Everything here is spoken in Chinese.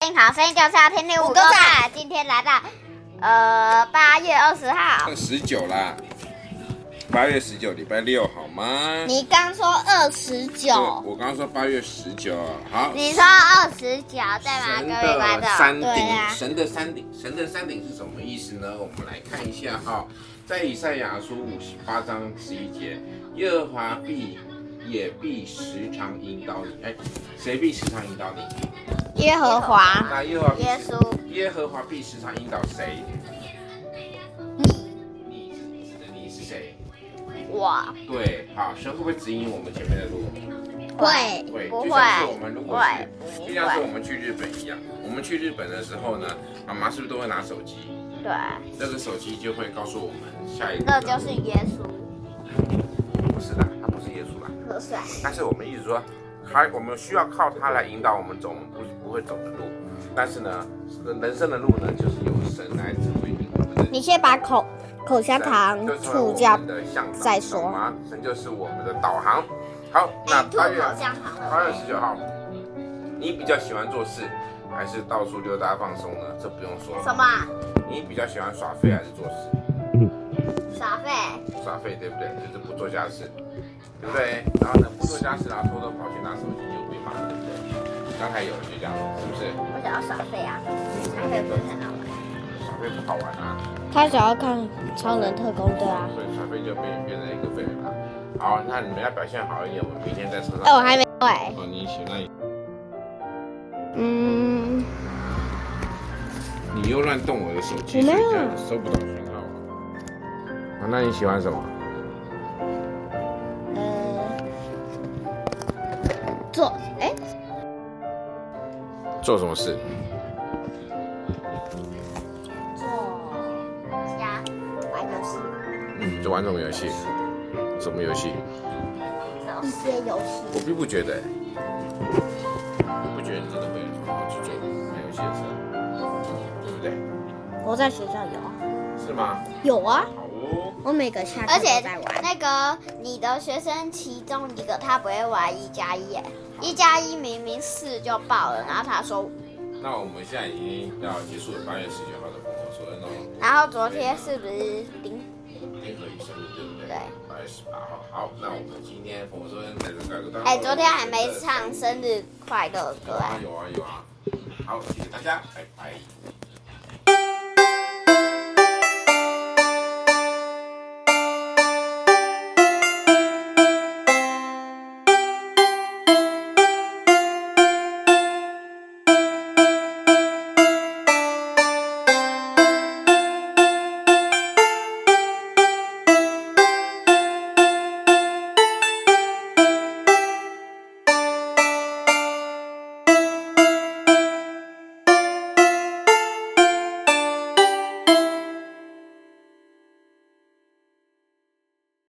欢迎调查天天五五公公仔，今天来到呃八月二十号，十九啦，八月十九礼拜六好吗？你刚说二十我九，我刚刚说八月十九，好。你说二十九对吗？神各位观的众，山对顶，啊神的山顶，神的山顶是什么意思呢？我们来看一下哈，在以赛亚书五十八章十一节，耶和华必也必时常引导你。哎，谁必时常引导你？耶和华，那耶和华必时啊耶稣耶和华必时常引导谁？你你指的你是谁？我对，好，神会不会指引我们前面的路？会会，不就会像是我们如果会是，不就像是我会？们去日本一样，我们去日本的时候呢，妈妈是不是都会拿手机？对，那个手机就会告诉我们下一个。这就是耶稣，不是啦，它啊不是耶稣啦，不是啊但是我们一直说，还我们需要靠它来引导我们走我们不不会走的路。但是呢，人人生的路呢，就是由神来指挥你我们的。你先把口口香糖就是醋我加们的向导再说懂吗？神就是我们的导航。好，那哎，吐八月口香糖了。八月十九号，你比较喜欢做事，还是到处溜达放松呢？这不用说。什么啊你比较喜欢耍废还是做事？耍废？耍废对不对？就是不做家事，对不对？然后呢，不做家事，然后偷偷跑去拿手机就被骂，对不对？刚才有人就这样，是不是？我想要耍废啊！耍废不是很好玩？耍废不好玩啊。他想要看超人特工队啊。所以耍废就变变成一个废人了。好，那你们要表现好一点，我们明天再车上。哎，我还没会。哦，你喜欢？嗯，你又乱动我的手机，我没所以有这样收不到讯号啊。啊，那你喜欢什么？呃，做，哎，做什么事？做家玩游戏，嗯，就玩什么游戏？什么游戏？走一些游戏，我并不觉得、欸，我不觉得你真的会有什么去做玩游戏的事，对不对？我在学校有啊，是吗？有啊，好哦。我每个下课而都且在玩。那个你的学生其中一个他不会玩一加一耶，一加一明明四就爆了，然后他说，那我们现在已经要结束了八月十九号的朋友说的那种然后昨天是不是零？联合与生日，对不对？对。八月十八号，好，那我们今天朋友说在这改个段落哎，昨天还没唱生日快乐有啊歌哎啊。有啊有啊。好，谢谢大家，拜拜。